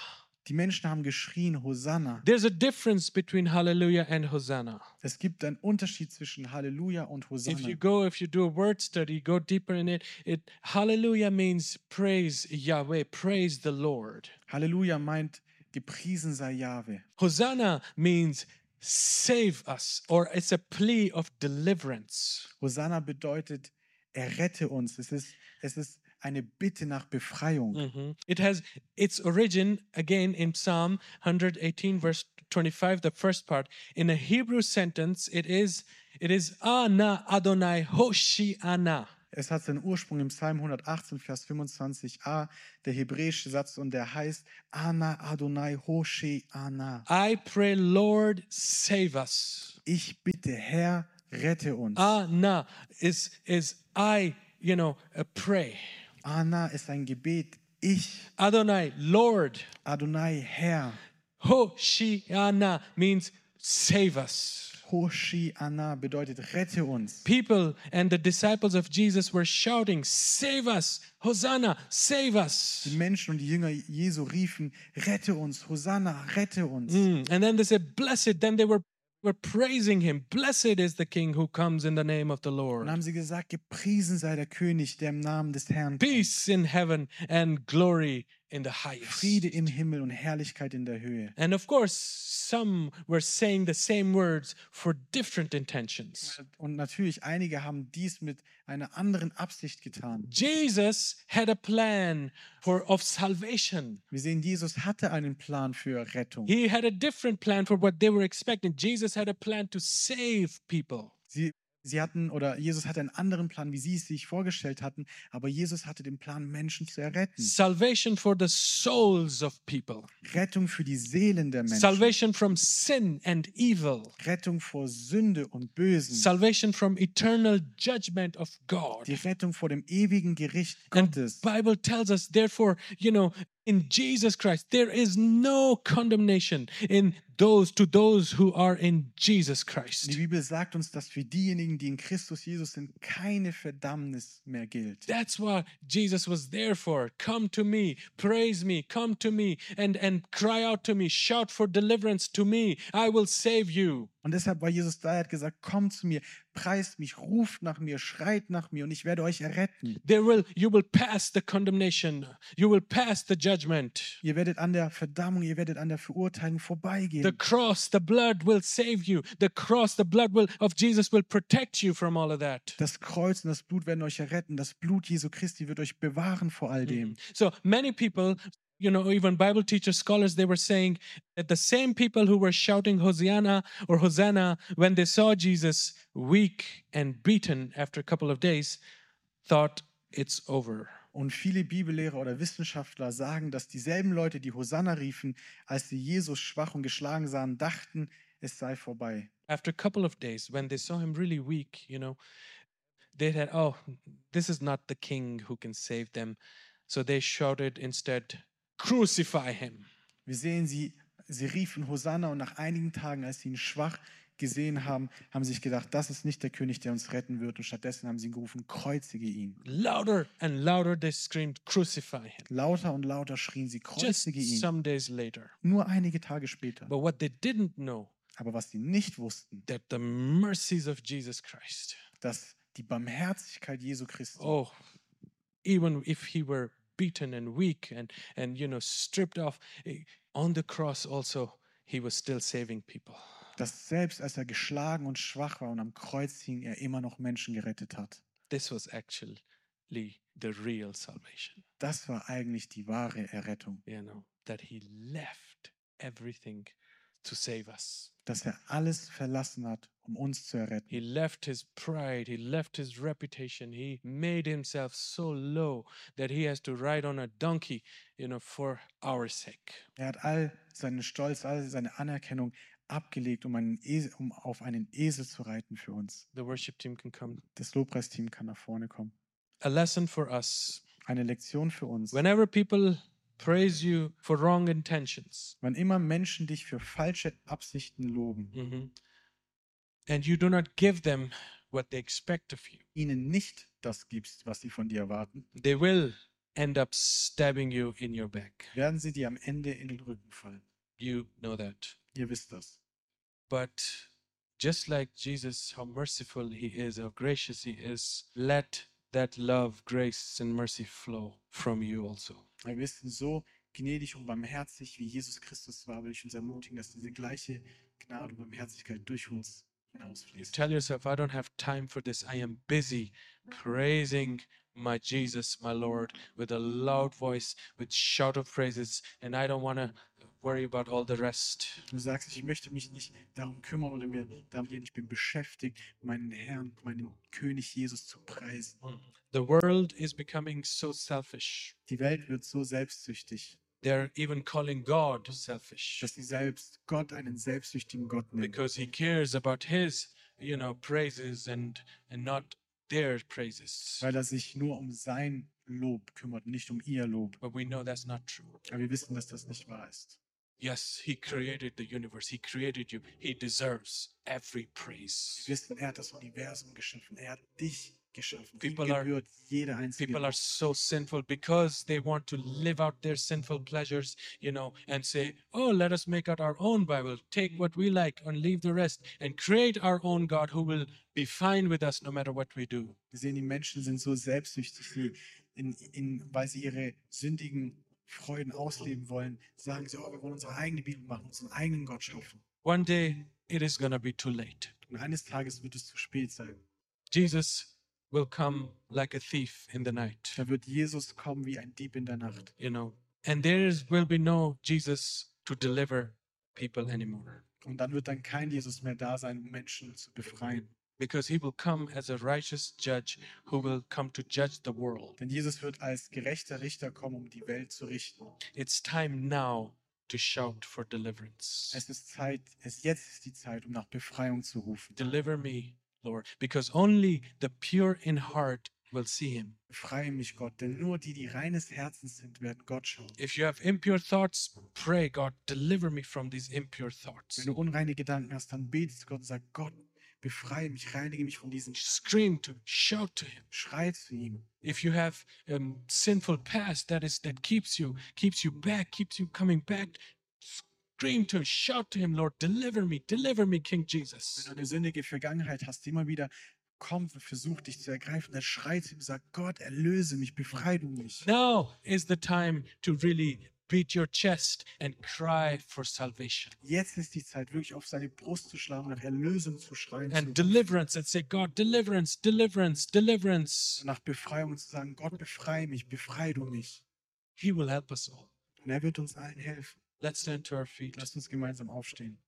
Die Menschen haben geschrien, Hosanna.
There's a difference between Hallelujah and Hosanna.
Es gibt einen Unterschied zwischen Halleluja und
If you
Hosanna.
go, if you do a word study, go deeper in it. It Hallelujah means praise Yahweh, praise the Lord.
Halleluja meint, gepriesen sei Jahwe.
Hosanna means save us, or it's a plea of deliverance.
Hosanna bedeutet, errette uns. Es ist, es ist eine Bitte nach Befreiung.
Mhm. It has its origin again in Psalm 118, verse 25, the first part. In a Hebrew sentence, it is it is Ana Adonai Hoshiana.
Es hat seinen Ursprung im Psalm 118, Vers 25a, der hebräische Satz, und der heißt Ana Adonai Hosheana.
I pray, Lord, save us.
Ich bitte, Herr, rette uns.
Ana is is I, you know, uh, pray.
Ana ist ein Gebet. Ich,
Adonai, Lord.
Adonai, Herr.
Hoshiana means save us.
Hosheana bedeutet, rette uns.
People and the disciples of Jesus were shouting, Save us! Hosanna, save us!
Die Menschen und die Jünger Jesu riefen, rette uns, Hosanna, rette uns.
Mm, And then they said, Blessed. Then they were, were praising him. Blessed is the King who comes in the name of the
Und
Lord.
haben sie gesagt, gepriesen sei der König, der im Namen des Herrn kommt.
Peace in heaven and glory in the highest.
Friede im Himmel und Herrlichkeit in der Höhe.
And of course, some were saying the same words for different intentions.
Und natürlich, einige haben dies mit einer anderen Absicht getan.
Jesus had a plan for of salvation.
Wir sehen, Jesus hatte einen Plan für Rettung.
He had a different plan for what they were expecting. Jesus had a plan to save people.
Sie, sie hatten, oder Jesus hatte einen anderen Plan, wie sie es sich vorgestellt hatten, aber Jesus hatte den Plan, Menschen zu erretten.
Salvation for the souls of people.
Rettung für die Seelen der Menschen.
Salvation from sin and evil.
Rettung vor Sünde und Bösen.
Salvation from eternal judgment of God.
die Rettung vor dem ewigen Gericht
And
Gottes.
Bible tells us therefore, you know, in Jesus Christ. There is no condemnation in those to those who are in Jesus
Die
Christ.
Bibel sagt uns, dass für diejenigen, die in Christus Jesus sind, keine Verdammnis mehr gilt.
That's what Jesus was there for. Come to me, praise me, come to me and and cry out to me, shout for deliverance to me. I will save you.
Und deshalb war Jesus da, er hat gesagt, kommt zu mir, preist mich, ruft nach mir, schreit nach mir und ich werde euch erretten.
There will you will pass the condemnation. You will pass the judgment.
Ihr werdet an der Verdammung, ihr werdet an der Verurteilung
The
vorbeigehen.
cross, the blood will save you. The cross, the blood will of Jesus will protect you from all of that.
Das Kreuz und das Blut werden euch erretten. Das Blut Jesu Christi wird euch bewahren vor all dem.
So many people, you know, even Bible teachers, scholars, they were saying that the same people who were shouting Hosanna or Hosanna when they saw Jesus weak and beaten after a couple of days thought it's over.
Und viele Bibellehrer oder Wissenschaftler sagen, dass dieselben Leute, die Hosanna riefen, als sie Jesus schwach und geschlagen sahen, dachten, es sei vorbei.
After a couple of days, when they saw him really weak, you know, they had, oh, this is not the king who can save them. So they shouted instead, crucify him.
Wir sehen sie, sie riefen Hosanna und nach einigen Tagen, als sie ihn schwach gesehen haben, haben sie sich gedacht, das ist nicht der König, der uns retten wird. Und stattdessen haben sie ihn gerufen, kreuzige ihn.
Louder and louder they screamed, crucify him.
Lauter und lauter schrien sie,
Just
kreuzige ihn.
some days later.
Nur einige Tage später.
But what they didn't know
Aber was sie nicht wussten,
that the mercies of Jesus Christ,
dass die Barmherzigkeit Jesu Christi,
oh, even if he were beaten and weak and and you know stripped off eh, on the cross also he was still saving people.
dass selbst als er geschlagen und schwach war und am Kreuz hing, er immer noch Menschen gerettet hat.
This was actually the real salvation,
Das war eigentlich die wahre Errettung,
you know, that he left everything to save us.
dass er alles verlassen hat, um uns zu erretten.
He left his pride, he left his reputation, he made himself so low that he has to ride on a donkey, you know, for our sake.
Er hat all seinen Stolz, all seine Anerkennung abgelegt, um, einen Esel, um auf einen Esel zu reiten für uns.
The worship team can come.
Das Lobpreisteam kann nach vorne kommen.
A lesson for us.
Eine Lektion für uns.
Whenever people praise you for wrong intentions
Wann immer Menschen dich für falsche Absichten loben,
mm-hmm, and you do not give them what they expect of you,
ihnen nicht das gibst, was sie von dir erwarten,
they will end up stabbing you in your back.
werden sie dir am Ende in den Rücken fallen.
You know that.
Ihr wisst das.
But just like Jesus, how merciful he is, how gracious he is, let that love, grace, and mercy flow from you also.
Wir wissen, so gnädig und barmherzig wie Jesus Christus war, will ich uns ermutigen, dass diese gleiche Gnade und Barmherzigkeit durch uns
You
hinausfließt.
tell yourself, I don't have time for this. I am busy praising my Jesus, my Lord, with a loud voice, with shout of praises, and I don't want to worry about all the rest.
Du sagst, ich möchte mich nicht darum kümmern oder mir darum gehen, ich bin beschäftigt, meinen Herrn, meinen König Jesus zu preisen.
The world is becoming so selfish.
Die Welt wird so selbstsüchtig,
They're even calling God selfish.
dass sie selbst Gott einen selbstsüchtigen Gott nennt,
because he cares about his you know praises and and not their praises
weil er sich nur um sein Lob kümmert, nicht um ihr Lob.
but we know that's not true
Aber wir wissen, dass das nicht wahr ist.
yes he created the universe he created you he deserves every
Wir
praise
wissen, er hat das Universum geschaffen, er hat dich geschaffen.
People
Ihm
are-
gebührt jede einzige.
people are so sinful because they want to live out their sinful pleasures you know and say oh let us make out our own bible take what we like and leave the rest and create our own god who will be fine with us no matter what we do
Wir sehen, die Menschen sind so selbstsüchtig, die in, in, weil sie ihre sündigen Freuden ausleben wollen, sagen sie, oh, wir wollen unsere eigene Bibel machen, unseren eigenen Gott schaffen.
one day it is going to be too late
Und eines Tages wird es zu spät sein.
Jesus will come like a thief in the night,
Da wird Jesus kommen wie ein Dieb in der Nacht.
you know, and there is, will be no Jesus to deliver people anymore
Und dann wird dann kein Jesus mehr da sein, um Menschen zu befreien.
because he will come as a righteous judge who will come to judge the world.
Denn Jesus wird als gerechter Richter kommen, um die Welt zu richten.
It's time now to shout for deliverance.
Es ist Zeit, es jetzt ist die Zeit, um nach Befreiung zu rufen.
Deliver me, Lord, because only the pure in heart will see him.
Befreie mich, Gott, denn nur die, die reines Herzens sind, werden Gott schauen.
If you have impure thoughts, pray, God, deliver me from these impure
Wenn
thoughts.
du unreine Gedanken hast, dann bete zu Gott und sag, Gott, befreie mich, reinige mich von diesen Sch
Scream to him, shout to him.
Schrei zu ihm.
If you have um, sinful past that is that keeps you keeps you back, keeps you coming back, scream to him, shout to him, Lord, deliver me, deliver me, King
Wenn
Jesus.
du eine sündige Vergangenheit hast, die immer wieder kommt und versucht, dich zu ergreifen, dann schrei zu ihm, sag, Gott, erlöse mich, befreie du mich.
Now is the time to really beat your chest and cry for salvation
Jetzt ist die Zeit, wirklich auf seine Brust zu schlagen, nach Erlösung zu schreien,
and
zu,
deliverance and say, God, deliverance, deliverance, deliverance.
nach Befreiung und zu sagen, Gott, befreie mich, befreie du mich.
He will help us all.
Und er wird uns allen helfen.
Let's stand to our feet.
Lasst uns gemeinsam aufstehen.